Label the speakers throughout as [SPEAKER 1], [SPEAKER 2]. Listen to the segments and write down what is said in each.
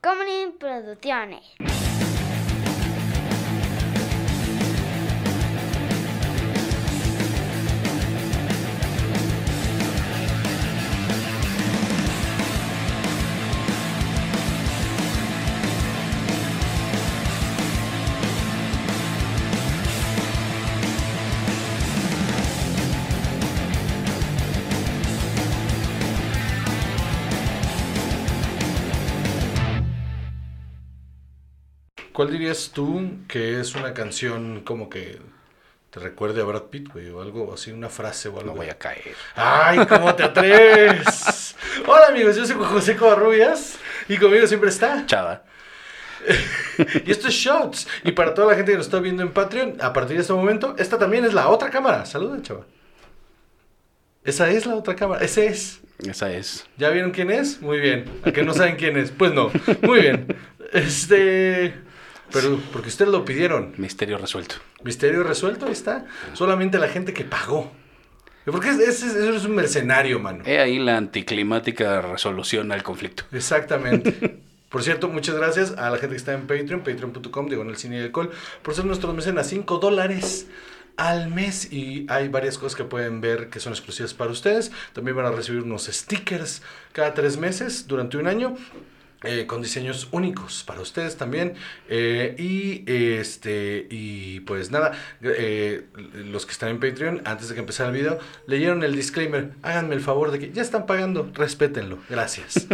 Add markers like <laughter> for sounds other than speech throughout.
[SPEAKER 1] Tacomunin Producciones.
[SPEAKER 2] ¿Cuál dirías tú que es una canción como que te recuerde a Brad Pitt, güey? O algo así, una frase o algo.
[SPEAKER 3] No voy
[SPEAKER 2] de-
[SPEAKER 3] a caer.
[SPEAKER 2] ¡Ay, cómo te atreves! Hola amigos, yo soy José Covarrubias y conmigo siempre está.
[SPEAKER 3] Chava.
[SPEAKER 2] Y esto es Shots. Y para toda la gente que nos está viendo en Patreon, a partir de este momento, esta también es la otra cámara. Saluda, chava. Esa es la otra cámara. Ese es.
[SPEAKER 3] Esa es.
[SPEAKER 2] ¿Ya vieron quién es? Muy bien. ¿A que no saben quién es? Pues no. Muy bien. Este. Pero porque ustedes lo pidieron.
[SPEAKER 3] Misterio resuelto.
[SPEAKER 2] Misterio resuelto, ahí está. Solamente la gente que pagó. Porque es, es, es- es un mercenario, mano.
[SPEAKER 3] He ahí la anticlimática resolución al conflicto.
[SPEAKER 2] <laughs> Exactamente. Por cierto, muchas gracias a la gente que está en Patreon, patreon.com, digo en el cine y alcohol, por ser nuestros mecenas, 5 dólares al mes y hay varias cosas que pueden ver que son exclusivas para ustedes. También van a recibir unos stickers cada tres meses durante un año. eh, con diseños únicos para ustedes también Eh, y este y pues nada eh, los que están en Patreon antes de que empezara el video leyeron el disclaimer háganme el favor de que ya están pagando respétenlo gracias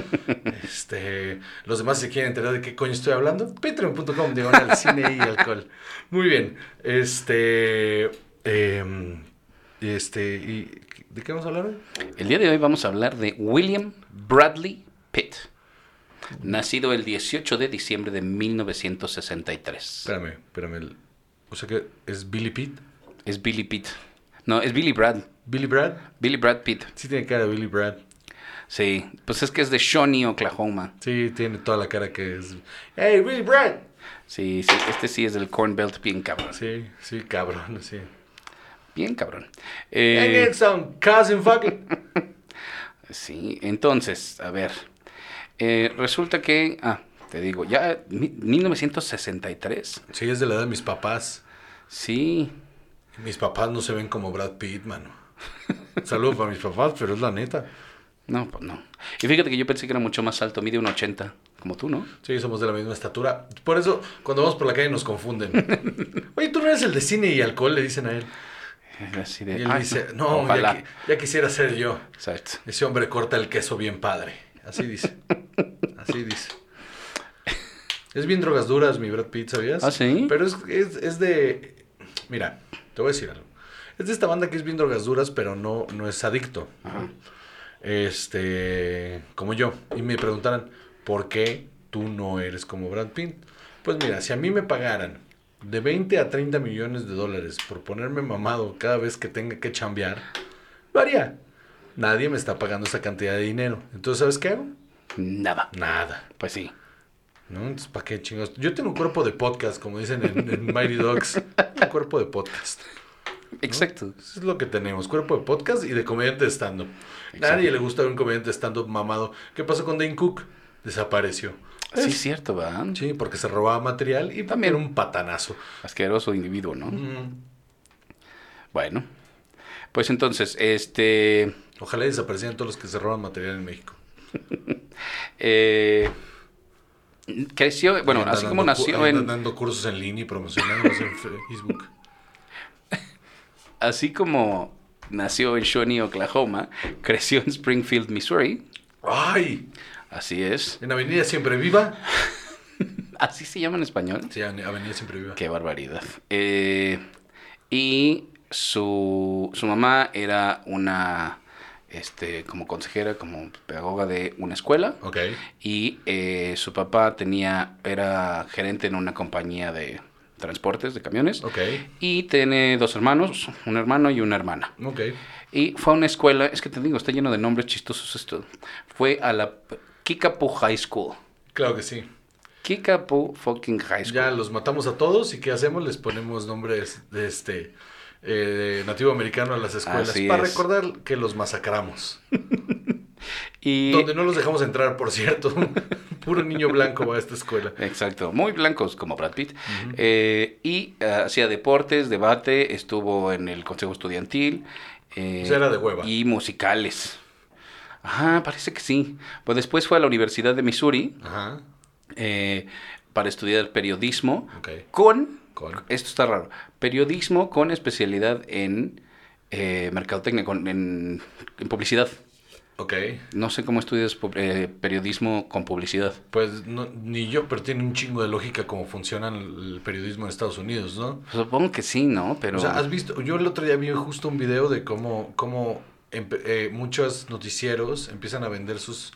[SPEAKER 2] este, los demás se quieren enterar de qué coño estoy hablando. Patreon.com, diagonal cine y alcohol. Muy bien. Este. em, este. Y, ¿De qué vamos a hablar hoy?
[SPEAKER 3] El día de hoy vamos a hablar de William Bradley Pitt. Nacido el 18 de diciembre de 1963.
[SPEAKER 2] Espérame, espérame. el- O sea que es Billy Pitt.
[SPEAKER 3] Es Billy Pitt. No, es Billy Brad.
[SPEAKER 2] Billy Brad.
[SPEAKER 3] Billy Brad Pitt.
[SPEAKER 2] Sí, tiene cara de Billy Brad.
[SPEAKER 3] Sí. Pues es que es de Shawnee, Oklahoma.
[SPEAKER 2] Sí, tiene toda la cara que es. ¡Hey, Billy Brad!
[SPEAKER 3] Sí, sí. Este sí es del Corn Belt bien cabrón.
[SPEAKER 2] Sí, sí, cabrón, sí.
[SPEAKER 3] Bien cabrón.
[SPEAKER 2] I
[SPEAKER 3] Eh,
[SPEAKER 2] need some cousin fucking.
[SPEAKER 3] Sí, entonces, a ver. eh, resulta que, ah, te digo, ya mi- 1963.
[SPEAKER 2] Sí, es de la edad de mis papás.
[SPEAKER 3] Sí,
[SPEAKER 2] Mis papás no se ven como Brad Pitt, mano. Saludos para mis papás, pero es la neta.
[SPEAKER 3] no, pues no. Y fíjate que yo pensé que era mucho más alto, mide un 80, como tú, ¿no?
[SPEAKER 2] Sí, somos de la misma estatura. Por eso, cuando vamos por la calle nos confunden. Oye, tú no eres el de cine y alcohol, le dicen a él.
[SPEAKER 3] Era Así
[SPEAKER 2] Y
[SPEAKER 3] de,
[SPEAKER 2] él
[SPEAKER 3] "Ay,
[SPEAKER 2] dice, no,
[SPEAKER 3] ojalá.
[SPEAKER 2] ya, qui- ya quisiera ser yo.
[SPEAKER 3] Exacto.
[SPEAKER 2] Ese hombre corta el queso bien padre. Así dice. Así dice. Es bien drogas duras, mi Brad Pitt, ¿sabías?
[SPEAKER 3] ¿Ah, sí?
[SPEAKER 2] Pero es, es, es de... Mira, te voy a decir algo. Es de esta banda que es bien drogas duras, pero no, no es adicto.
[SPEAKER 3] Ajá.
[SPEAKER 2] este, como yo, y me preguntaran, ¿por qué tú no eres como Brad Pitt? Pues mira, si a mí me pagaran de 20 a 30 millones de dólares por ponerme mamado cada vez que tenga que chambear, lo haría. Nadie me está pagando esa cantidad de dinero. Entonces, ¿sabes qué hago?
[SPEAKER 3] Nada.
[SPEAKER 2] Nada.
[SPEAKER 3] Pues sí.
[SPEAKER 2] ¿No? Entonces, ¿para qué chingados? Yo tengo un cuerpo de podcast, como dicen en, en Mighty Dogs. <laughs> Un cuerpo de podcast.
[SPEAKER 3] Exacto.
[SPEAKER 2] Eso es lo que tenemos, cuerpo de podcast y de comediante de stand-up.
[SPEAKER 3] Exacto.
[SPEAKER 2] Nadie le gusta ver un comediante de stand-up mamado. ¿Qué pasó con Dane Cook? Desapareció.
[SPEAKER 3] Sí, es cierto, ¿verdad?
[SPEAKER 2] Sí, porque se robaba material y también
[SPEAKER 3] También.
[SPEAKER 2] era un patanazo.
[SPEAKER 3] Asqueroso individuo, ¿no?
[SPEAKER 2] Mm,
[SPEAKER 3] Bueno. Pues entonces, este...
[SPEAKER 2] Ojalá y desaparecieran todos los que se roban material en México.
[SPEAKER 3] eh, creció, bueno,
[SPEAKER 2] Andan
[SPEAKER 3] así como
[SPEAKER 2] dando cu-
[SPEAKER 3] nació en...
[SPEAKER 2] andan dando cursos en línea y promocionándolos en Facebook.
[SPEAKER 3] Así como nació en Shawnee, Oklahoma, creció en Springfield, Missouri.
[SPEAKER 2] ¡Ay!
[SPEAKER 3] Así es.
[SPEAKER 2] En Avenida Siempre Viva.
[SPEAKER 3] Así se llama en español.
[SPEAKER 2] Sí, en Avenida Siempre Viva.
[SPEAKER 3] Qué barbaridad. Eh, y su, su mamá era una, este, como consejera, como pedagoga de una escuela.
[SPEAKER 2] Ok.
[SPEAKER 3] Y eh, su papá tenía, era gerente en una compañía de transportes, de camiones.
[SPEAKER 2] Ok.
[SPEAKER 3] Y tiene dos hermanos, un hermano y una hermana.
[SPEAKER 2] Ok.
[SPEAKER 3] Y fue a una escuela, es que te digo, está lleno de nombres chistosos esto. Fue a la P- Kickapoo High School.
[SPEAKER 2] Claro que sí.
[SPEAKER 3] Kickapoo fucking High School.
[SPEAKER 2] Ya los matamos a todos y ¿qué hacemos? Les ponemos nombres de este eh, de nativo americano a las escuelas
[SPEAKER 3] Así
[SPEAKER 2] para
[SPEAKER 3] es.
[SPEAKER 2] recordar que los masacramos.
[SPEAKER 3] y
[SPEAKER 2] Donde no los dejamos entrar, por cierto. <laughs> Puro niño blanco va a esta escuela.
[SPEAKER 3] Exacto, muy blancos como Brad Pitt. Eh, y ah, hacía deportes, debate, estuvo en el consejo estudiantil.
[SPEAKER 2] O
[SPEAKER 3] eh,
[SPEAKER 2] sea, Pues era de hueva.
[SPEAKER 3] Y musicales. Ajá, parece que sí. Pues después fue a la Universidad de Missouri
[SPEAKER 2] Ajá.
[SPEAKER 3] eh, para estudiar periodismo
[SPEAKER 2] Ok.
[SPEAKER 3] con,
[SPEAKER 2] Con-
[SPEAKER 3] esto está raro, periodismo con especialidad en eh, mercadotecnia, con- en- en publicidad.
[SPEAKER 2] Ok.
[SPEAKER 3] No sé cómo estudias pub- eh, periodismo con publicidad.
[SPEAKER 2] Pues no, ni yo, pero tiene un chingo de lógica cómo funciona el el periodismo en Estados Unidos, ¿no?
[SPEAKER 3] Supongo que sí, ¿no? Pero
[SPEAKER 2] O sea, has visto, yo el otro día vi justo un video de cómo, cómo empe- eh, muchos noticieros empiezan a vender sus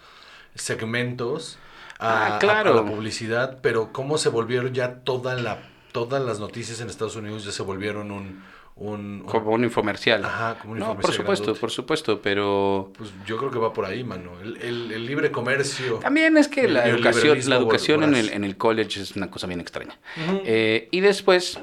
[SPEAKER 2] segmentos a,
[SPEAKER 3] Ah, claro.
[SPEAKER 2] a- a la publicidad, pero cómo se volvieron ya toda la, todas las noticias en Estados Unidos ya se volvieron un... un, un-
[SPEAKER 3] como un infomercial.
[SPEAKER 2] Ajá, como un
[SPEAKER 3] no, por
[SPEAKER 2] infomercial
[SPEAKER 3] supuesto,
[SPEAKER 2] grandote.
[SPEAKER 3] por supuesto, pero
[SPEAKER 2] pues yo creo que va por ahí, mano. El, el- el libre comercio.
[SPEAKER 3] también es que
[SPEAKER 2] El
[SPEAKER 3] la educación,
[SPEAKER 2] neoliberalismo
[SPEAKER 3] la educación en el,
[SPEAKER 2] voraz.
[SPEAKER 3] en el college es una cosa bien extraña.
[SPEAKER 2] Ujú.
[SPEAKER 3] Eh, y después,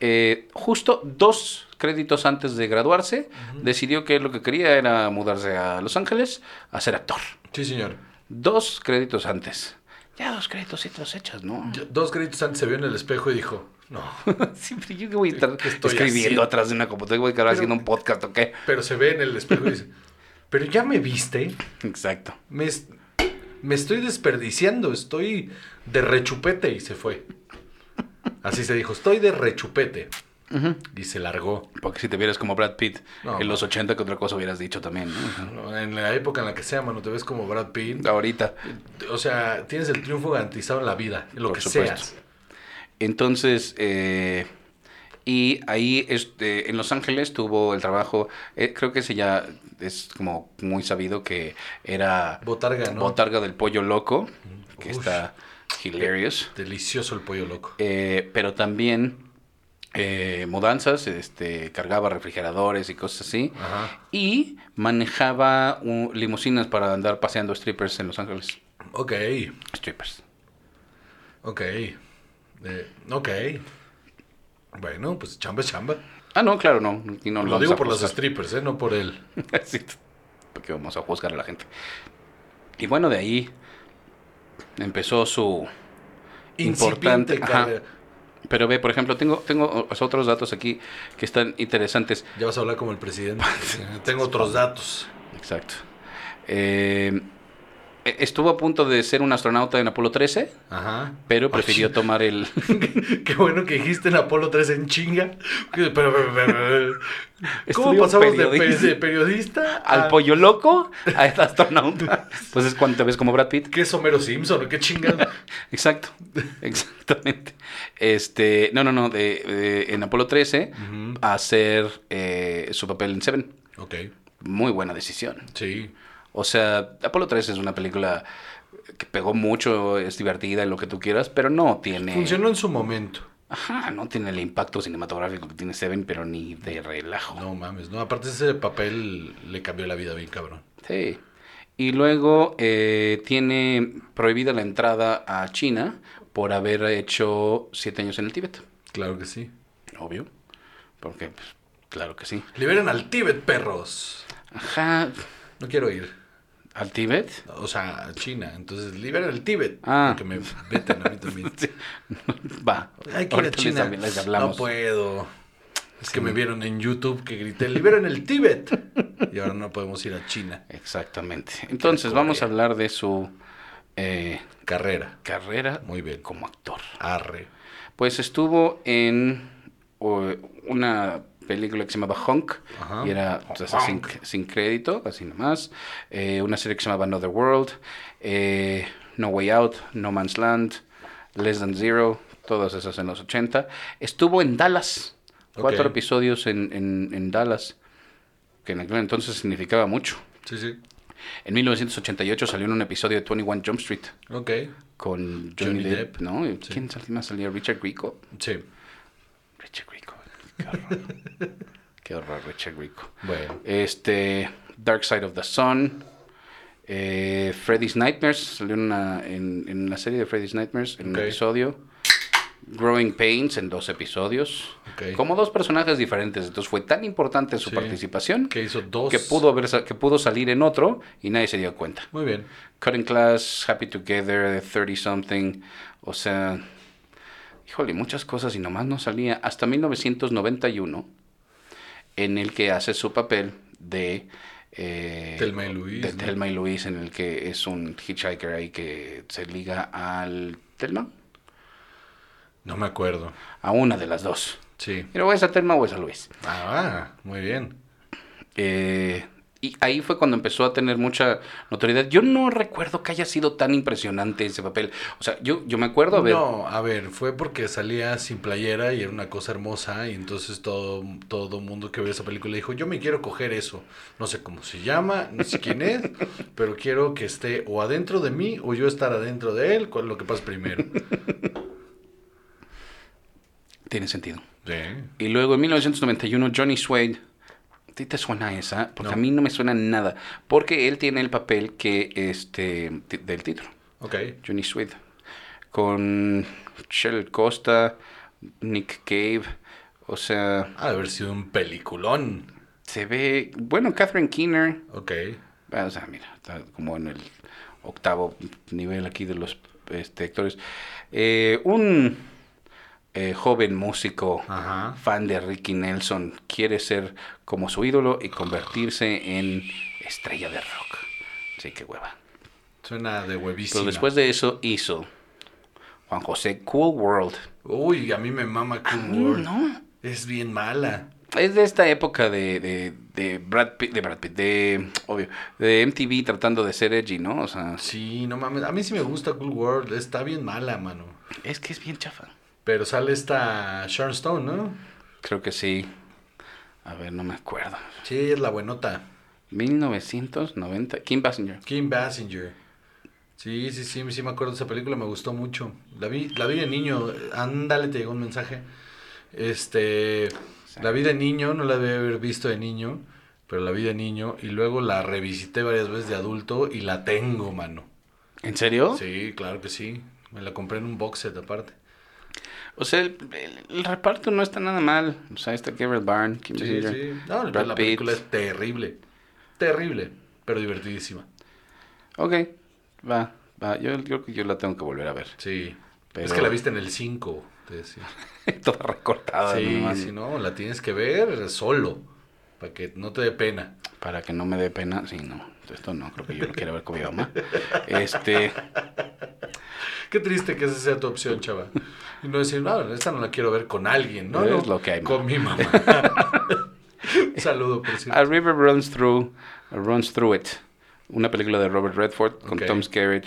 [SPEAKER 3] eh, justo dos créditos antes de graduarse, decidió que lo que quería era mudarse a Los Ángeles a ser actor.
[SPEAKER 2] Sí, señor.
[SPEAKER 3] Dos créditos antes. Ya dos créditos y dos hechos, ¿no? <laughs>
[SPEAKER 2] Yo- Dos créditos antes se vio en el espejo y dijo, no,
[SPEAKER 3] Siempre yo que voy a estar
[SPEAKER 2] ¿Qué estoy
[SPEAKER 3] escribiendo
[SPEAKER 2] haciendo?
[SPEAKER 3] atrás de una computadora, voy a estar
[SPEAKER 2] Pero-
[SPEAKER 3] haciendo un podcast o qué.
[SPEAKER 2] pero se ve en el espejo y dice, pero ya me viste,
[SPEAKER 3] Exacto.
[SPEAKER 2] me, es- me estoy desperdiciando, estoy de rechupete y se fue. Así se dijo, estoy de rechupete. Y se largó.
[SPEAKER 3] Porque si te vieras como Brad Pitt
[SPEAKER 2] No,
[SPEAKER 3] en los 80, que otra cosa hubieras dicho también, ¿no?
[SPEAKER 2] No, En la época en la que sea, mano, te ves como Brad Pitt.
[SPEAKER 3] Ahorita.
[SPEAKER 2] O sea, tienes el triunfo garantizado en la vida, en lo
[SPEAKER 3] Por
[SPEAKER 2] que
[SPEAKER 3] supuesto.
[SPEAKER 2] seas.
[SPEAKER 3] Entonces, eh, y ahí este, en Los Ángeles tuvo el trabajo, eh, creo que ese ya es como muy sabido que era
[SPEAKER 2] Botarga, ¿no?
[SPEAKER 3] Botarga del Pollo Loco, que
[SPEAKER 2] Ush.
[SPEAKER 3] está hilarious.
[SPEAKER 2] Delicioso el pollo loco.
[SPEAKER 3] Eh, pero también eh, mudanzas, este, cargaba refrigeradores y cosas así.
[SPEAKER 2] Ajá.
[SPEAKER 3] Y manejaba un- limusinas para andar paseando strippers en Los Ángeles.
[SPEAKER 2] Ok,
[SPEAKER 3] Strippers.
[SPEAKER 2] ok. Eh, ok. Bueno, pues chamba es chamba.
[SPEAKER 3] Ah, no, claro, no. aquí no
[SPEAKER 2] Lo
[SPEAKER 3] vamos
[SPEAKER 2] digo
[SPEAKER 3] a
[SPEAKER 2] por las
[SPEAKER 3] juzgar.
[SPEAKER 2] strippers, ¿eh? No por él.
[SPEAKER 3] <laughs> Sí, Porque vamos a juzgar a la gente. Y bueno, de ahí empezó su... Importante,
[SPEAKER 2] Importante.
[SPEAKER 3] ajá. Pero ve, por ejemplo, tengo, tengo otros datos aquí que están interesantes.
[SPEAKER 2] Ya vas a hablar como el <laughs> presidente. Tengo otros datos.
[SPEAKER 3] Exacto. Eh, e- estuvo a punto de ser un astronauta en Apolo 13,
[SPEAKER 2] Ajá.
[SPEAKER 3] pero prefirió
[SPEAKER 2] Ay,
[SPEAKER 3] tomar el...
[SPEAKER 2] <laughs> Qué bueno que dijiste en Apolo 3 en chinga. Pero, pero,
[SPEAKER 3] <laughs>
[SPEAKER 2] pero, ¿Cómo
[SPEAKER 3] Estudió
[SPEAKER 2] pasamos de, pe- Ah.
[SPEAKER 3] periodismo.
[SPEAKER 2] de periodista
[SPEAKER 3] <laughs> al
[SPEAKER 2] a-
[SPEAKER 3] pollo loco a este astronauta. Pues es cuando te ves como Brad Pitt.
[SPEAKER 2] ¿Qué es Homero Simpson? ¿Qué chingada?
[SPEAKER 3] Exacto, exactamente. Este, no, no, no, de, de- en Apolo
[SPEAKER 2] <laughs>
[SPEAKER 3] 13
[SPEAKER 2] Ujú.
[SPEAKER 3] a hacer eh, su papel en Seven.
[SPEAKER 2] ok,
[SPEAKER 3] Muy buena decisión.
[SPEAKER 2] sí.
[SPEAKER 3] O sea, Apolo 13 es una película que pegó mucho, es divertida y lo que tú quieras, pero no tiene...
[SPEAKER 2] Funcionó en su momento.
[SPEAKER 3] Ajá, no tiene el impacto cinematográfico que tiene Seven, pero ni de relajo.
[SPEAKER 2] No mames, no. Aparte ese papel le cambió la vida bien cabrón.
[SPEAKER 3] Sí. Y luego eh, tiene prohibida la entrada a China por haber hecho siete años en el Tíbet.
[SPEAKER 2] Claro que sí.
[SPEAKER 3] Obvio. Porque, pues, claro que sí.
[SPEAKER 2] Liberen al Tíbet, perros.
[SPEAKER 3] Ajá.
[SPEAKER 2] No quiero ir.
[SPEAKER 3] ¿Al Tíbet? <laughs>
[SPEAKER 2] O sea, a China. Entonces, liberen el Tíbet.
[SPEAKER 3] Ah.
[SPEAKER 2] Que me veten a mí
[SPEAKER 3] <laughs>
[SPEAKER 2] también.
[SPEAKER 3] Va.
[SPEAKER 2] Hay que ir a
[SPEAKER 3] Pues, Ahorita les
[SPEAKER 2] China.
[SPEAKER 3] hab- les
[SPEAKER 2] no
[SPEAKER 3] hablamos.
[SPEAKER 2] puedo. Es que me vieron en YouTube que grité, liberen el Tíbet. Y ahora no podemos ir a China.
[SPEAKER 3] Exactamente. Entonces, vamos a hablar de su eh,
[SPEAKER 2] Carrera.
[SPEAKER 3] carrera
[SPEAKER 2] Muy bien.
[SPEAKER 3] como actor.
[SPEAKER 2] Arre.
[SPEAKER 3] Pues estuvo en eh, una película que se llamaba Honk,
[SPEAKER 2] Ajá.
[SPEAKER 3] y era o sea, sin,
[SPEAKER 2] Honk.
[SPEAKER 3] sin crédito, así nomás. Eh, una serie que se llamaba Another World, eh, No Way Out, No Man's Land, Less Than Zero, todas esas en los 80. Estuvo en Dallas, cuatro
[SPEAKER 2] Ok.
[SPEAKER 3] episodios en, en- en Dallas, que en aquel entonces significaba mucho.
[SPEAKER 2] Sí, sí.
[SPEAKER 3] En 1988 salió en un episodio de 21 Jump Street
[SPEAKER 2] Ok.
[SPEAKER 3] con Johnny,
[SPEAKER 2] Johnny
[SPEAKER 3] Depp,
[SPEAKER 2] Depp.
[SPEAKER 3] ¿no? ¿Y
[SPEAKER 2] Sí.
[SPEAKER 3] ¿Quién sal- más salía? ¿Richard Grieco?
[SPEAKER 2] Sí.
[SPEAKER 3] Richard Rico. Qué horror. <laughs> Qué horror, Richard Rico.
[SPEAKER 2] Bueno.
[SPEAKER 3] Este, Dark Side of the Sun. eh, Freddy's Nightmares. Salió en una- en, en la serie de Freddy's Nightmares, en
[SPEAKER 2] Ok.
[SPEAKER 3] un episodio. Growing Pains en dos episodios.
[SPEAKER 2] Ok.
[SPEAKER 3] Como dos personajes diferentes. Entonces fue tan importante su
[SPEAKER 2] Sí.
[SPEAKER 3] participación
[SPEAKER 2] Que hizo dos.
[SPEAKER 3] que pudo, haber sa- que pudo salir en otro y nadie se dio cuenta.
[SPEAKER 2] Muy bien.
[SPEAKER 3] Cutting Class, Happy Together, 30 Something, o sea, híjole, muchas cosas y nomás no salía hasta 1991, en el que hace su papel de... eh,
[SPEAKER 2] Thelma y Louise,
[SPEAKER 3] De
[SPEAKER 2] ¿no?
[SPEAKER 3] Thelma y Luis, en el que es un hitchhiker ahí que se liga al Thelma,
[SPEAKER 2] No me acuerdo.
[SPEAKER 3] a una de las dos.
[SPEAKER 2] Sí.
[SPEAKER 3] Pero o es a Thelma o es a Luis.
[SPEAKER 2] Ah, muy bien.
[SPEAKER 3] Eh, y ahí fue cuando empezó a tener mucha notoriedad. Yo no recuerdo que haya sido tan impresionante ese papel. O sea, yo, yo me acuerdo haber...
[SPEAKER 2] No, a ver, fue porque salía sin playera y era una cosa hermosa y entonces todo todo mundo que vio esa película dijo, yo me quiero coger eso. No sé cómo se llama, no sé quién <laughs> es, pero quiero que esté o adentro de mí o yo estar adentro de él, cuál es lo que pasa primero.
[SPEAKER 3] Tiene sentido.
[SPEAKER 2] <laughs> Sí.
[SPEAKER 3] Y luego en 1991, Johnny Suede. ¿A ti te suena esa? Porque
[SPEAKER 2] No.
[SPEAKER 3] a mí no me suena nada. Porque él tiene el papel que este ti- del título,
[SPEAKER 2] Ok.
[SPEAKER 3] Johnny Suede. Con Shell Costa, Nick Cave. O sea,
[SPEAKER 2] Ha de haber sido un peliculón.
[SPEAKER 3] se ve. Bueno, Catherine Keener.
[SPEAKER 2] Ok.
[SPEAKER 3] Ah, O sea, mira, está como en el octavo nivel aquí de los este, actores. Eh, un eh, joven músico
[SPEAKER 2] Ajá.
[SPEAKER 3] fan de Ricky Nelson, quiere ser como su ídolo y convertirse en estrella de rock. Sí, qué hueva.
[SPEAKER 2] Suena de huevísima.
[SPEAKER 3] Pero después de eso hizo Juan José Cool World.
[SPEAKER 2] Uy, a mí me mama Cool
[SPEAKER 3] Mm,
[SPEAKER 2] World.
[SPEAKER 3] No.
[SPEAKER 2] Es bien mala.
[SPEAKER 3] Es de esta época de, de, de Brad Pitt, de Brad Pitt, de, obvio, de MTV tratando de ser edgy, ¿no? O sea,
[SPEAKER 2] Sí, no mames. A mí sí me gusta Cool World. Está bien mala, mano.
[SPEAKER 3] es que es bien chafa.
[SPEAKER 2] Pero sale esta Sharon Stone, ¿no?
[SPEAKER 3] Creo que sí. A ver, no me acuerdo.
[SPEAKER 2] Sí, ella es la buenota.
[SPEAKER 3] 1990, Kim Basinger.
[SPEAKER 2] Kim Basinger. Sí, sí, sí, sí me acuerdo de esa película, me gustó mucho. La vi, la vi de niño, ándale, te llegó un mensaje. Este, la vi de niño, no la debí haber visto de niño, pero la vi de niño y luego la revisité varias veces de adulto y la tengo, mano.
[SPEAKER 3] ¿En serio?
[SPEAKER 2] Sí, claro que sí. Me la compré en un box set aparte.
[SPEAKER 3] O sea, el, el- el reparto no está nada mal. O sea, está Gabriel Byrne, Kim
[SPEAKER 2] Sí,
[SPEAKER 3] Basinger,
[SPEAKER 2] sí. No,
[SPEAKER 3] Brad
[SPEAKER 2] pero la
[SPEAKER 3] Pitt.
[SPEAKER 2] película es terrible. Terrible, pero divertidísima.
[SPEAKER 3] Ok, va, va. Yo yo creo que yo la tengo que volver a ver. <laughs>
[SPEAKER 2] Sí. Es
[SPEAKER 3] Pero-
[SPEAKER 2] que la viste en el 5, te decía.
[SPEAKER 3] Toda recortada.
[SPEAKER 2] Sí,
[SPEAKER 3] Ah, no mames.
[SPEAKER 2] si no, la tienes que ver solo, para que no te dé pena.
[SPEAKER 3] Para que no me dé pena. Sí, no. Esto no, creo que yo lo quiero ver con
[SPEAKER 2] <laughs>
[SPEAKER 3] mi mamá. Este,
[SPEAKER 2] Qué triste que esa sea tu opción, chava. Y no decir, no, esta no la quiero ver con alguien, ¿no?
[SPEAKER 3] Es
[SPEAKER 2] no,
[SPEAKER 3] lo que hay,
[SPEAKER 2] Con mi
[SPEAKER 3] <laughs>
[SPEAKER 2] mamá. Un Saludo, por
[SPEAKER 3] A
[SPEAKER 2] cierto.
[SPEAKER 3] River Runs Through, Runs Through It. Una película de Robert Redford con
[SPEAKER 2] Ok.
[SPEAKER 3] Tom Skerritt.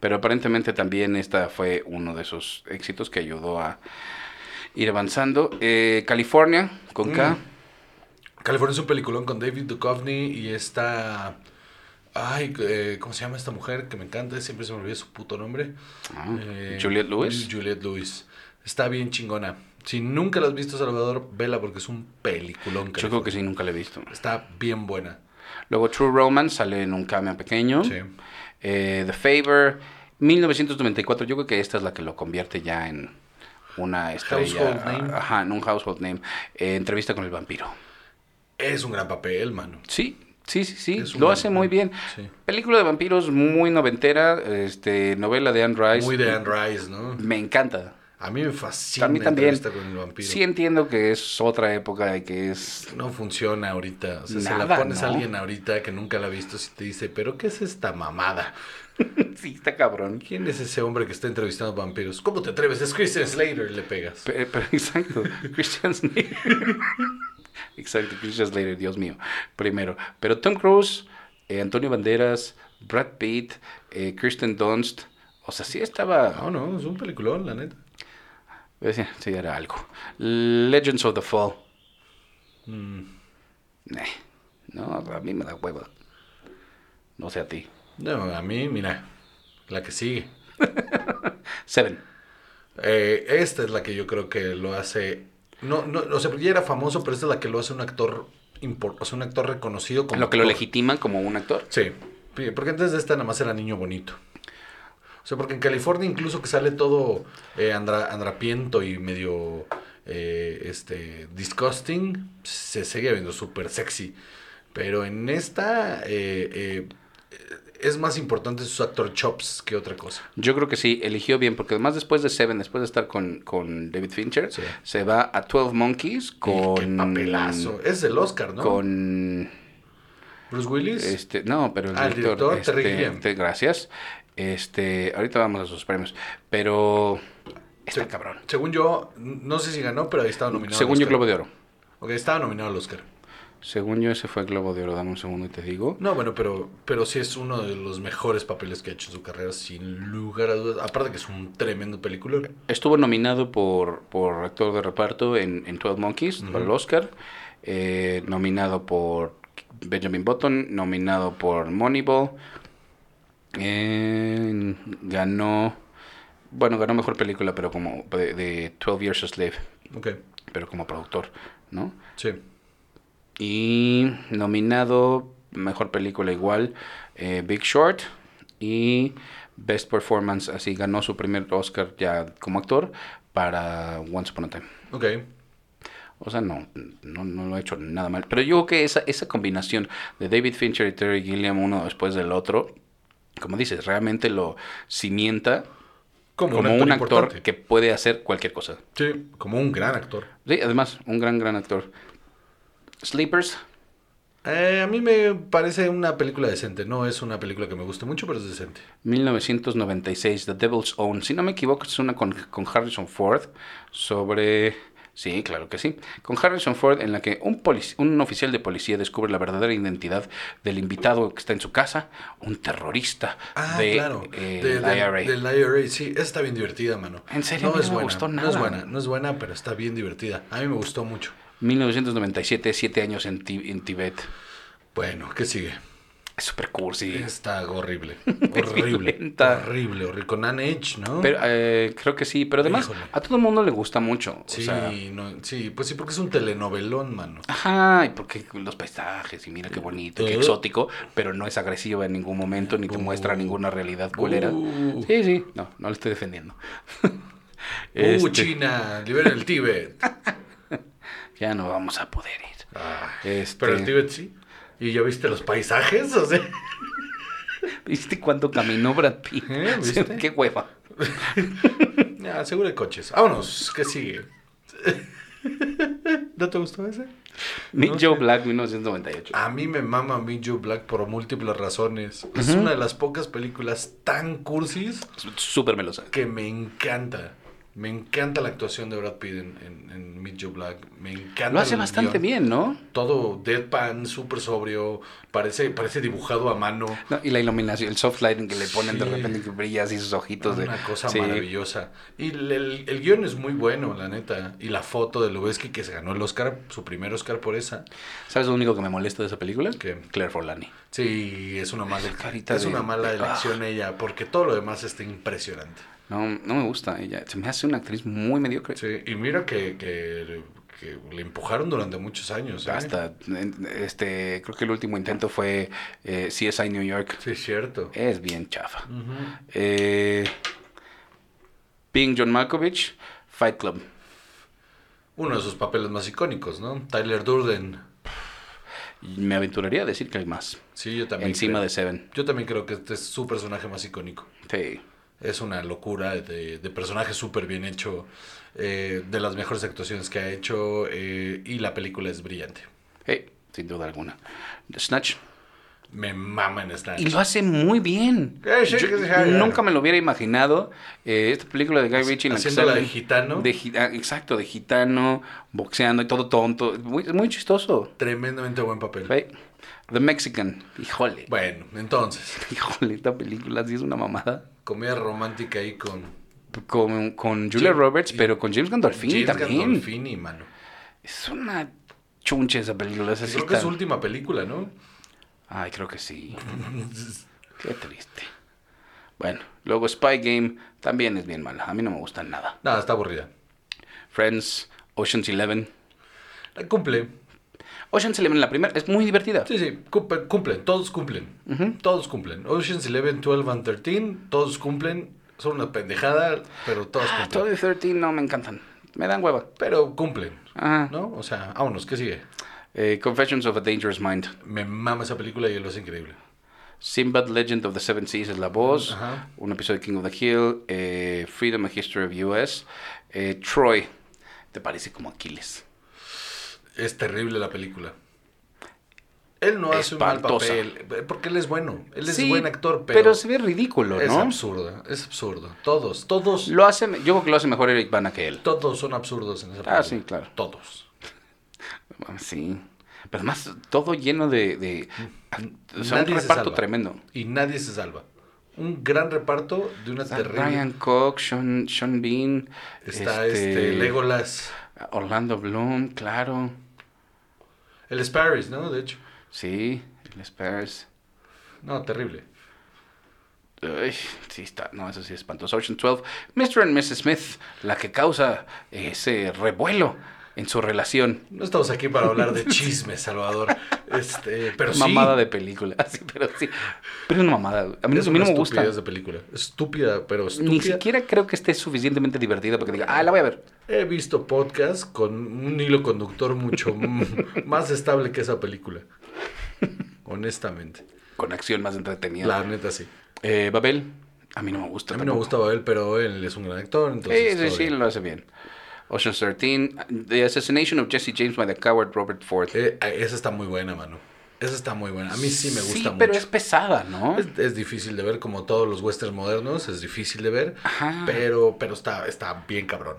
[SPEAKER 3] Pero aparentemente también esta fue uno de esos éxitos que ayudó a ir avanzando. Eh, California, con
[SPEAKER 2] Mm.
[SPEAKER 3] K.
[SPEAKER 2] California es un peliculón con David Duchovny y esta... Ay, eh, ¿cómo se llama esta mujer? Que me encanta, siempre se me olvida su puto nombre.
[SPEAKER 3] Ah,
[SPEAKER 2] Eh,
[SPEAKER 3] Juliette Lewis.
[SPEAKER 2] Juliette Lewis. Está bien chingona. Si nunca la has visto, Salvador, vela porque es un peliculón.
[SPEAKER 3] Yo creo que
[SPEAKER 2] California.
[SPEAKER 3] sí, nunca la he visto.
[SPEAKER 2] Está bien buena.
[SPEAKER 3] Luego True Romance sale en un camión pequeño.
[SPEAKER 2] Sí.
[SPEAKER 3] Eh, The Favor, 1994. Yo creo que esta es la que lo convierte ya en una estrella.
[SPEAKER 2] Household name.
[SPEAKER 3] Ajá, en un household name. Eh, entrevista con el vampiro.
[SPEAKER 2] Es un gran papel, mano.
[SPEAKER 3] Sí, sí, sí, sí.
[SPEAKER 2] Es un
[SPEAKER 3] Lo
[SPEAKER 2] buen
[SPEAKER 3] hace muy bien.
[SPEAKER 2] papel, sí.
[SPEAKER 3] Película de vampiros muy noventera. Este, novela de Anne Rice.
[SPEAKER 2] Muy de Anne Rice, ¿no?
[SPEAKER 3] Me encanta.
[SPEAKER 2] A mí me fascina
[SPEAKER 3] a mí también.
[SPEAKER 2] Entrevista con el vampiro.
[SPEAKER 3] Sí entiendo que es otra época y que es... <laughs>
[SPEAKER 2] No funciona ahorita. O sea, se la
[SPEAKER 3] Nada,
[SPEAKER 2] pones a
[SPEAKER 3] ¿no?
[SPEAKER 2] alguien ahorita que nunca la ha visto y te dice, ¿pero qué es esta mamada?
[SPEAKER 3] sí, está cabrón.
[SPEAKER 2] ¿Quién es ese hombre que está entrevistando vampiros? ¿Cómo te atreves? Es Christian Slater, le pegas.
[SPEAKER 3] Pero, eh, pero <laughs> exacto, Christian Slater. exacto, Christian Slater, Dios mío. Primero. Pero Tom Cruise, eh, Antonio Banderas, Brad Pitt, eh, Kristen Dunst. O sea, sí estaba...
[SPEAKER 2] No, no, es un peliculón, la neta.
[SPEAKER 3] Sí, sí, era algo. Legends of the Fall.
[SPEAKER 2] Mm,
[SPEAKER 3] Nah, no, a mí me da hueva. No sé a ti.
[SPEAKER 2] No, a mí, mira, la que sigue.
[SPEAKER 3] Seven.
[SPEAKER 2] Eh, esta es la que yo creo que lo hace. No, no, o sea, porque ya era famoso, pero esta es la que lo hace un actor impor- o sea, un actor reconocido como.
[SPEAKER 3] Lo que lo
[SPEAKER 2] actor.
[SPEAKER 3] legitiman como un actor.
[SPEAKER 2] Sí, porque antes de esta nada más era niño bonito. O sea, porque en California incluso que sale todo eh, andra- andrapiento y medio eh, este disgusting, se sigue viendo súper sexy. Pero en esta eh, eh, es más importante sus actor chops que otra cosa.
[SPEAKER 3] Yo creo que sí, eligió bien, porque además después de Seven, después de estar con, con David Fincher,
[SPEAKER 2] Sí.
[SPEAKER 3] se va a 12 Monkeys con...
[SPEAKER 2] ¡Qué papelazo! Es el Oscar, ¿no?
[SPEAKER 3] Con...
[SPEAKER 2] Bruce Willis.
[SPEAKER 3] Este, no, pero el
[SPEAKER 2] Ah, el
[SPEAKER 3] director...
[SPEAKER 2] director, Terry
[SPEAKER 3] este,
[SPEAKER 2] Gilliam.
[SPEAKER 3] te- gracias. Este, ahorita vamos a sus premios, pero... Está
[SPEAKER 2] Se-
[SPEAKER 3] cabrón.
[SPEAKER 2] Según yo, no sé si ganó, pero ahí estaba nominado.
[SPEAKER 3] Según yo, Globo de Oro.
[SPEAKER 2] Ok, estaba nominado al Oscar.
[SPEAKER 3] Según yo, ese fue Globo de Oro. Dame un segundo y te digo.
[SPEAKER 2] No, bueno, pero, pero sí es uno de los mejores papeles que ha hecho en su carrera, sin lugar a dudas. Aparte que es un tremendo película.
[SPEAKER 3] Estuvo nominado por, por actor de reparto en, en 12 Monkeys,
[SPEAKER 2] Ujú.
[SPEAKER 3] para el Oscar. eh, nominado por Benjamin Button, nominado por Moneyball. eh, ganó, bueno, ganó mejor película, pero como de, de 12 Years a Slave,
[SPEAKER 2] Ok,
[SPEAKER 3] pero como productor, ¿no?
[SPEAKER 2] sí.
[SPEAKER 3] Y nominado, mejor película igual, eh, Big Short y Best Performance. Así ganó su primer Oscar ya como actor para Once Upon a Time.
[SPEAKER 2] Ok.
[SPEAKER 3] O sea, no, no, no lo ha hecho nada mal. Pero yo creo que esa, esa combinación de David Fincher y Terry Gilliam uno después del otro, como dices, realmente lo cimienta como, un actor,
[SPEAKER 2] importante.
[SPEAKER 3] que puede hacer cualquier cosa.
[SPEAKER 2] Sí, como un gran actor.
[SPEAKER 3] Sí, además, un gran, gran actor. Sleepers,
[SPEAKER 2] Eh, a mí me parece una película decente. No es una película que me guste mucho, pero es decente.
[SPEAKER 3] 1996, The Devil's Own. Si no me equivoco, es una con, con Harrison Ford sobre... Sí, claro que sí. Con Harrison Ford en la que un, polic- un oficial de policía descubre la verdadera identidad del invitado que está en su casa, un terrorista
[SPEAKER 2] Ah,
[SPEAKER 3] de,
[SPEAKER 2] claro.
[SPEAKER 3] eh,
[SPEAKER 2] De-
[SPEAKER 3] la
[SPEAKER 2] del-
[SPEAKER 3] IRA.
[SPEAKER 2] Del IRA, sí. Esa está bien divertida, mano.
[SPEAKER 3] En serio, a mí no me gustó
[SPEAKER 2] No
[SPEAKER 3] nada.
[SPEAKER 2] es buena, no es buena, pero está bien divertida. A mí me gustó mucho.
[SPEAKER 3] 1997, siete años en, Ti- en Tibet.
[SPEAKER 2] Bueno, ¿qué sigue?
[SPEAKER 3] Es súper cursi.
[SPEAKER 2] Está horrible. Horrible.
[SPEAKER 3] Violenta.
[SPEAKER 2] horrible, horrible. Con Anne Edge, ¿no?
[SPEAKER 3] Pero, eh, creo que sí, pero además
[SPEAKER 2] Híjole.
[SPEAKER 3] a todo el mundo le gusta mucho. o
[SPEAKER 2] sí,
[SPEAKER 3] sea,
[SPEAKER 2] no, sí, pues sí, porque es un telenovelón, mano.
[SPEAKER 3] Ajá, y porque los paisajes, y mira qué bonito, qué
[SPEAKER 2] Eh.
[SPEAKER 3] exótico, pero no es agresiva en ningún momento, ni te
[SPEAKER 2] Uh.
[SPEAKER 3] muestra ninguna realidad culera.
[SPEAKER 2] Uh.
[SPEAKER 3] Sí, sí, no, no le estoy defendiendo. <laughs>
[SPEAKER 2] ¡Uh,
[SPEAKER 3] Este,
[SPEAKER 2] China! ¡Liberen el Tíbet!
[SPEAKER 3] ya no vamos a poder ir.
[SPEAKER 2] Ah,
[SPEAKER 3] Este,
[SPEAKER 2] Pero el Tíbet sí. ¿Y ya viste los paisajes? O sea,
[SPEAKER 3] ¿Viste cuando caminó Brad Pitt? <laughs>
[SPEAKER 2] ¿Eh? ¿Viste?
[SPEAKER 3] qué hueva.
[SPEAKER 2] ya, seguro de coches. Vámonos, ¿qué sigue? ¿No te gustó ese?
[SPEAKER 3] Mick
[SPEAKER 2] No
[SPEAKER 3] Joe
[SPEAKER 2] sé.
[SPEAKER 3] Black, 1998.
[SPEAKER 2] A mí me mama Meet Joe Black por múltiples razones. Es una de las pocas películas tan cursis
[SPEAKER 3] Súper melosa.
[SPEAKER 2] que me encanta. Me encanta la actuación de Brad Pitt en, en, en Meet Joe Black. Me encanta.
[SPEAKER 3] Lo hace
[SPEAKER 2] el
[SPEAKER 3] bastante
[SPEAKER 2] guión.
[SPEAKER 3] bien, ¿no?
[SPEAKER 2] Todo deadpan, súper sobrio. Parece, parece dibujado a mano.
[SPEAKER 3] No, Y la iluminación, el soft lighting que le ponen de
[SPEAKER 2] Sí.
[SPEAKER 3] repente que brilla así sus ojitos. de-
[SPEAKER 2] Una cosa
[SPEAKER 3] sí.
[SPEAKER 2] maravillosa. Y el, el- el guión es muy bueno, la neta. Y la foto de Lubeski que se ganó el Oscar, su primer Oscar por esa.
[SPEAKER 3] ¿Sabes lo único que me molesta de esa película?
[SPEAKER 2] ¿Qué?
[SPEAKER 3] Claire Forlani.
[SPEAKER 2] Sí, es una mala,
[SPEAKER 3] carita
[SPEAKER 2] es
[SPEAKER 3] de- Ah.
[SPEAKER 2] una mala
[SPEAKER 3] de-
[SPEAKER 2] elección ella, porque todo lo demás está impresionante.
[SPEAKER 3] No, no me gusta ella. Se me hace una actriz muy mediocre.
[SPEAKER 2] Sí, y mira que, que, que le empujaron durante muchos años. ¿eh?
[SPEAKER 3] Hasta, en- este, creo que el último intento fue eh, CSI New York.
[SPEAKER 2] Sí, es cierto.
[SPEAKER 3] Es bien chafa.
[SPEAKER 2] Ujú.
[SPEAKER 3] Eh, Ping John Malkovich, Fight Club.
[SPEAKER 2] Uno de sus papeles más icónicos, ¿no? Tyler Durden.
[SPEAKER 3] Me aventuraría a decir que hay más.
[SPEAKER 2] Sí, yo también.
[SPEAKER 3] Encima
[SPEAKER 2] creo-
[SPEAKER 3] de Seven.
[SPEAKER 2] Yo también creo que este es su personaje más icónico.
[SPEAKER 3] Sí.
[SPEAKER 2] Es una locura de, de personaje súper bien hecho, eh, de las mejores actuaciones que ha hecho eh, y la película es brillante.
[SPEAKER 3] Sí, sin duda alguna. Snatch.
[SPEAKER 2] Me mama en esta.
[SPEAKER 3] Y lo hace muy bien.
[SPEAKER 2] Eh, sí,
[SPEAKER 3] Yo
[SPEAKER 2] que sí, ya, ya.
[SPEAKER 3] nunca me lo hubiera imaginado. eh, esta película de Guy Ritchie en la que
[SPEAKER 2] Haciéndola
[SPEAKER 3] sale-
[SPEAKER 2] de gitano.
[SPEAKER 3] de gi- ah, exacto, de gitano, boxeando y todo tonto. Muy, muy chistoso.
[SPEAKER 2] Tremendamente buen papel.
[SPEAKER 3] Right? The Mexican. Híjole. <laughs>
[SPEAKER 2] Bueno, entonces,
[SPEAKER 3] Híjole, esta película sí es una mamada.
[SPEAKER 2] comedia romántica ahí con
[SPEAKER 3] Con, con Julia
[SPEAKER 2] Sí,
[SPEAKER 3] Roberts,
[SPEAKER 2] y-
[SPEAKER 3] pero con James Gandolfini
[SPEAKER 2] James
[SPEAKER 3] también.
[SPEAKER 2] Gandolfini, mano.
[SPEAKER 3] Es una chunche esa película. esa sí
[SPEAKER 2] Creo que es
[SPEAKER 3] está-
[SPEAKER 2] su última película, ¿no?
[SPEAKER 3] Ay, creo
[SPEAKER 2] <laughs>
[SPEAKER 3] que sí. Qué triste. Bueno, luego Spy Game también es bien mala. A mí no me gusta nada.
[SPEAKER 2] Nada, está aburrida.
[SPEAKER 3] Friends, Ocean's Eleven.
[SPEAKER 2] La Cumple.
[SPEAKER 3] Ocean's Eleven, la primera, es muy divertida.
[SPEAKER 2] Sí, sí, cumple- cumplen, todos cumplen. Todos cumplen. Oceans 11, 12 and 13, todos cumplen son una pendejada, pero todas
[SPEAKER 3] Ah,
[SPEAKER 2] cumplen.
[SPEAKER 3] Toby 13 no me encantan. Me dan hueva.
[SPEAKER 2] Pero cumplen,
[SPEAKER 3] Ajá.
[SPEAKER 2] ¿no? O sea, vámonos, ¿qué sigue?
[SPEAKER 3] Eh, Confessions of a Dangerous Mind.
[SPEAKER 2] Me mama esa película y lo hace increíble.
[SPEAKER 3] Sinbad Legend of the Seven Seas es la voz.
[SPEAKER 2] Ajá.
[SPEAKER 3] Un episodio de King of the Hill. eh, Freedom and History of US. eh, Troy. Te parece como Aquiles.
[SPEAKER 2] Es terrible la película. Él no hace
[SPEAKER 3] Espantosa.
[SPEAKER 2] un mal papel, eh, porque él es bueno, él es
[SPEAKER 3] Sí,
[SPEAKER 2] buen actor, pero,
[SPEAKER 3] se ve ridículo,
[SPEAKER 2] es
[SPEAKER 3] ¿no?
[SPEAKER 2] absurdo, es absurdo. Todos, todos,
[SPEAKER 3] Lo hace, yo creo que lo hace mejor Eric Bana que él.
[SPEAKER 2] todos son absurdos en esa película.
[SPEAKER 3] Ah, sí, claro.
[SPEAKER 2] Todos.
[SPEAKER 3] Ah, Sí. Pero además, todo lleno de. de act- o sea,
[SPEAKER 2] Mm.
[SPEAKER 3] un
[SPEAKER 2] Nadie se
[SPEAKER 3] reparto
[SPEAKER 2] salva.
[SPEAKER 3] tremendo.
[SPEAKER 2] Y nadie se salva. Un gran reparto de una
[SPEAKER 3] Está
[SPEAKER 2] terrible.
[SPEAKER 3] Ah, Brian Cox, Sean, Sean Bean.
[SPEAKER 2] Está este... Legolas.
[SPEAKER 3] Orlando Bloom, claro.
[SPEAKER 2] El Sparrows, ¿no? De hecho.
[SPEAKER 3] Sí, el Spurs.
[SPEAKER 2] No, terrible.
[SPEAKER 3] Ay, sí, está. No, eso sí es espantoso. Ocean 12. Mr. and Mrs. Smith, la que causa ese revuelo en su relación.
[SPEAKER 2] No estamos aquí para hablar
[SPEAKER 3] <laughs>
[SPEAKER 2] de chismes, Salvador. Este, pero sí.
[SPEAKER 3] mamada de película. <laughs> Sí, pero sí. Pero es una mamada. A mí, no-
[SPEAKER 2] Es
[SPEAKER 3] a mí no
[SPEAKER 2] una
[SPEAKER 3] me gusta.
[SPEAKER 2] estupidez de película. Estúpida, pero estúpida.
[SPEAKER 3] Ni siquiera creo que esté suficientemente divertida para que diga, ah, la voy a ver.
[SPEAKER 2] He visto podcasts con un hilo conductor mucho
[SPEAKER 3] <laughs>
[SPEAKER 2] m- más estable que esa película. Honestamente.
[SPEAKER 3] Con acción más entretenida.
[SPEAKER 2] La neta sí.
[SPEAKER 3] Eh, Babel, a mí no me gusta.
[SPEAKER 2] A mí no me
[SPEAKER 3] tampoco.
[SPEAKER 2] gustaba él, pero él es un gran actor. Entonces
[SPEAKER 3] sí,
[SPEAKER 2] todo
[SPEAKER 3] sí, sí,
[SPEAKER 2] bien.
[SPEAKER 3] lo hace bien. Ocean 13, The Assassination of Jesse James by the Coward Robert Ford.
[SPEAKER 2] Eh, esa está muy buena, mano. Esa está muy buena. A mí sí me gusta
[SPEAKER 3] Sí,
[SPEAKER 2] mucho.
[SPEAKER 3] pero es pesada, ¿no?
[SPEAKER 2] Es, es difícil de ver, como todos los westerns modernos, es difícil de ver,
[SPEAKER 3] Ajá. Ah.
[SPEAKER 2] pero, pero está, está bien cabrón.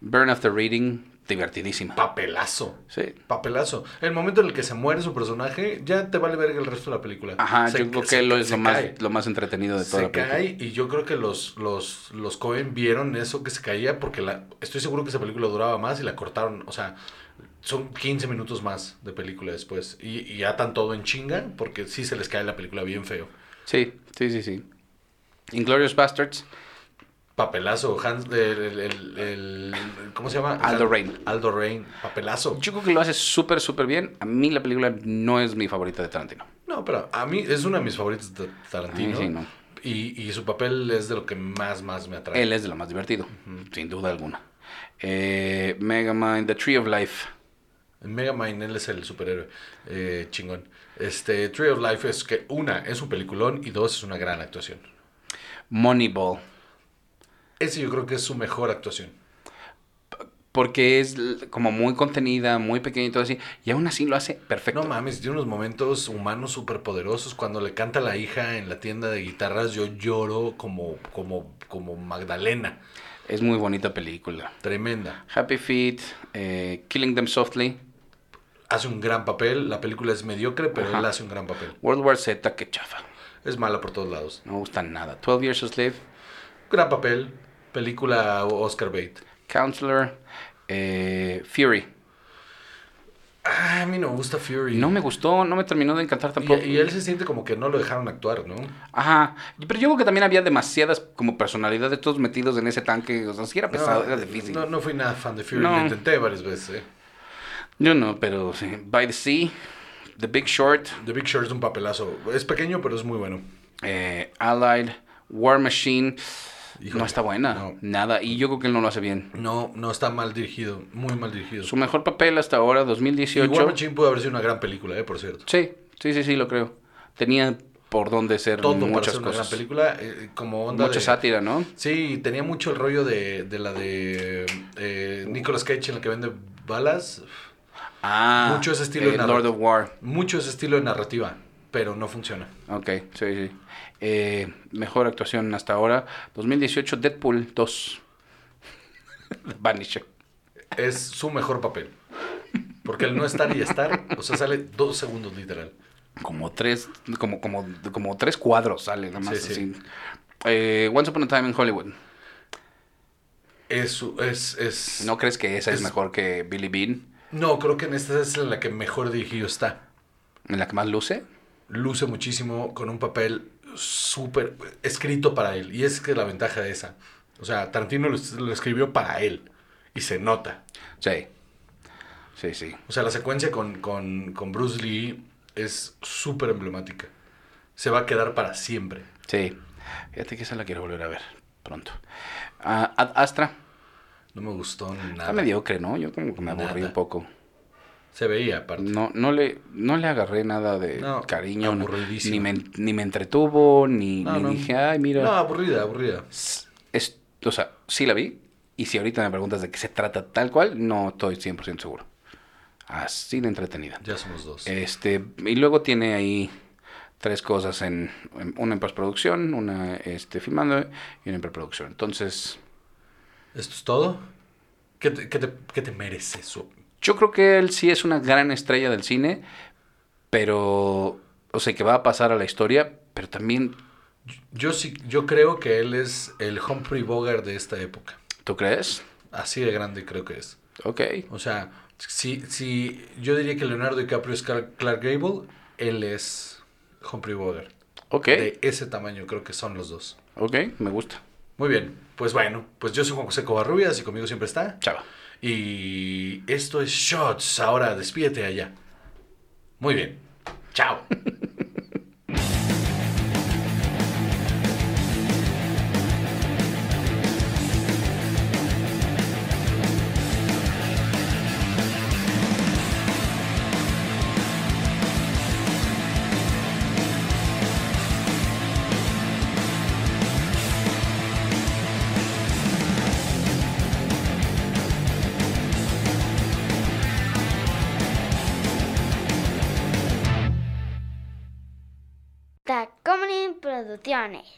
[SPEAKER 3] Burn After Reading, divertidísima.
[SPEAKER 2] Papelazo.
[SPEAKER 3] Sí.
[SPEAKER 2] Papelazo. El momento en el que se muere su personaje, ya te vale verga el resto de la película.
[SPEAKER 3] Ajá,
[SPEAKER 2] Se-
[SPEAKER 3] yo creo
[SPEAKER 2] se-
[SPEAKER 3] que lo es
[SPEAKER 2] se
[SPEAKER 3] lo más,
[SPEAKER 2] cae.
[SPEAKER 3] lo más entretenido de toda
[SPEAKER 2] Se
[SPEAKER 3] la película.
[SPEAKER 2] cae y yo creo que los, los, los Cohen vieron eso que se caía porque la, estoy seguro que esa película duraba más y la cortaron. O sea, son 15 minutos más de película después. Y, y atan todo en chinga porque sí se les cae la película bien feo.
[SPEAKER 3] Sí, sí, sí, sí. Inglorious Bastards,
[SPEAKER 2] Papelazo, Hans, el, el- el- el- ¿cómo se llama?
[SPEAKER 3] Aldo
[SPEAKER 2] Han-
[SPEAKER 3] Rain.
[SPEAKER 2] Aldo Rain, papelazo.
[SPEAKER 3] yo creo que lo hace súper, súper bien. A mí la película no es mi favorita de Tarantino.
[SPEAKER 2] No, pero a mí es una de mis favoritas de Tarantino.
[SPEAKER 3] A mí sí, no.
[SPEAKER 2] y, y su papel es de lo que más, más me atrae.
[SPEAKER 3] Él es de lo más divertido, sin duda alguna. Eh, Megamind, The Tree of Life.
[SPEAKER 2] En Megamind él es el superhéroe eh, chingón. Este, Tree of Life es que, una, es un peliculón y dos, es una gran actuación.
[SPEAKER 3] Moneyball.
[SPEAKER 2] Ese yo creo que es su mejor actuación.
[SPEAKER 3] Porque es l- como muy contenida, muy pequeña y todo así. Y aún así lo hace perfecto.
[SPEAKER 2] No mames, tiene unos momentos humanos súper poderosos. Cuando le canta la hija en la tienda de guitarras, yo lloro como, como, como Magdalena.
[SPEAKER 3] es muy bonita película.
[SPEAKER 2] Tremenda.
[SPEAKER 3] Happy Feet, eh, Killing Them Softly,
[SPEAKER 2] hace un gran papel. La película es mediocre, pero
[SPEAKER 3] Ajá.
[SPEAKER 2] él hace un gran papel.
[SPEAKER 3] World War Z, que chafa.
[SPEAKER 2] Es mala por todos lados.
[SPEAKER 3] No me gusta nada. 12 Years a Slave,
[SPEAKER 2] Gran papel. Película Oscar Bate.
[SPEAKER 3] Counselor, eh, Fury.
[SPEAKER 2] Ah, a mí no me gusta Fury.
[SPEAKER 3] No me gustó, no me terminó de encantar
[SPEAKER 2] y,
[SPEAKER 3] tampoco.
[SPEAKER 2] y él se siente como que no lo dejaron actuar, ¿no?
[SPEAKER 3] Ajá, pero yo creo que también había demasiadas como personalidades todos metidos en ese tanque, o sea, sí era pesado,
[SPEAKER 2] no,
[SPEAKER 3] era difícil.
[SPEAKER 2] No, no fui nada fan de Fury.
[SPEAKER 3] No.
[SPEAKER 2] Lo intenté varias veces. ¿eh?
[SPEAKER 3] Yo no, pero sí. By the Sea, The Big Short,
[SPEAKER 2] The Big Short es un papelazo. Es pequeño, pero es muy bueno.
[SPEAKER 3] eh, Allied, War Machine, no
[SPEAKER 2] Híjole,
[SPEAKER 3] está buena,
[SPEAKER 2] no.
[SPEAKER 3] nada, y yo creo que él no lo hace bien.
[SPEAKER 2] No, no está mal dirigido. Muy mal dirigido.
[SPEAKER 3] Su mejor papel hasta ahora,
[SPEAKER 2] Y War
[SPEAKER 3] 2018.
[SPEAKER 2] Machine pudo haber sido una gran película, ¿eh? Por cierto.
[SPEAKER 3] Sí, sí, sí, sí, lo creo. Tenía por dónde ser
[SPEAKER 2] Todo para
[SPEAKER 3] muchas
[SPEAKER 2] ser una gran
[SPEAKER 3] cosas.
[SPEAKER 2] película. eh, como onda
[SPEAKER 3] Mucha
[SPEAKER 2] de-
[SPEAKER 3] sátira, ¿no?
[SPEAKER 2] Sí, tenía mucho el rollo de, de la de eh, Nicolas Cage en la que vende balas.
[SPEAKER 3] Ah,
[SPEAKER 2] Mucho ese estilo
[SPEAKER 3] eh,
[SPEAKER 2] de
[SPEAKER 3] Lord of War.
[SPEAKER 2] Mucho ese estilo de narrativa, pero no funciona.
[SPEAKER 3] Ok, sí, sí. Eh, mejor actuación hasta ahora. 2018, Deadpool <laughs> 2. The Vanisher.
[SPEAKER 2] Es su mejor papel. Porque el no estar y estar, o sea, sale dos segundos literal.
[SPEAKER 3] Como tres, como, como, como tres cuadros sale, nada más
[SPEAKER 2] Sí, sí.
[SPEAKER 3] así. Eh, Once Upon a Time in Hollywood.
[SPEAKER 2] Es, su- es, es...
[SPEAKER 3] ¿No crees que esa es,
[SPEAKER 2] Es-
[SPEAKER 3] mejor que Billy Bean?
[SPEAKER 2] No, creo que en esta es en la que mejor dirigido está.
[SPEAKER 3] ¿En la que más luce?
[SPEAKER 2] Luce muchísimo con un papel súper escrito para él. Y es que la ventaja de esa. O sea, Tarantino lo- lo escribió para él. Y se nota.
[SPEAKER 3] Sí. Sí, sí.
[SPEAKER 2] O sea, la secuencia con, con, con Bruce Lee es súper emblemática. Se va a quedar para siempre.
[SPEAKER 3] Sí. Fíjate que esa la quiero volver a ver pronto. Ah, Ad Astra.
[SPEAKER 2] No me gustó nada.
[SPEAKER 3] Está mediocre, ¿no? Yo como que me aburrí
[SPEAKER 2] Nada.
[SPEAKER 3] un poco.
[SPEAKER 2] Se veía aparte.
[SPEAKER 3] No, no, le, no le agarré nada de
[SPEAKER 2] No,
[SPEAKER 3] cariño. no-
[SPEAKER 2] aburridísimo.
[SPEAKER 3] ni, me, ni me entretuvo, ni,
[SPEAKER 2] No,
[SPEAKER 3] ni
[SPEAKER 2] no.
[SPEAKER 3] dije, ay, mira.
[SPEAKER 2] No, aburrida, aburrida.
[SPEAKER 3] s- es- o sea, sí la vi. Y si ahorita me preguntas de qué se trata tal cual, no estoy 100% seguro. Así de entretenida.
[SPEAKER 2] Ya somos dos.
[SPEAKER 3] Este, y luego tiene ahí tres cosas en, en- una en postproducción, una este, filmando y una en preproducción. Entonces,
[SPEAKER 2] ¿Esto es todo? ¿Qué te, qué te- qué te merece eso?
[SPEAKER 3] yo creo que él sí es una gran estrella del cine, pero, o sea, que va a pasar a la historia, pero también,
[SPEAKER 2] Yo sí, yo creo que él es el Humphrey Bogart de esta época.
[SPEAKER 3] ¿tú crees?
[SPEAKER 2] Así de grande creo que es.
[SPEAKER 3] Ok.
[SPEAKER 2] O sea, si, si yo diría que Leonardo DiCaprio es Car- Clark Gable, él es Humphrey Bogart.
[SPEAKER 3] Ok,
[SPEAKER 2] De ese tamaño creo que son los dos.
[SPEAKER 3] ok, me gusta.
[SPEAKER 2] Muy bien, pues bueno, pues yo soy Juan José Covarrubias y conmigo siempre está.
[SPEAKER 3] Chava.
[SPEAKER 2] Y esto es Shots. Ahora despídete allá. Muy bien. Chao.
[SPEAKER 1] Tacomunin Producciones.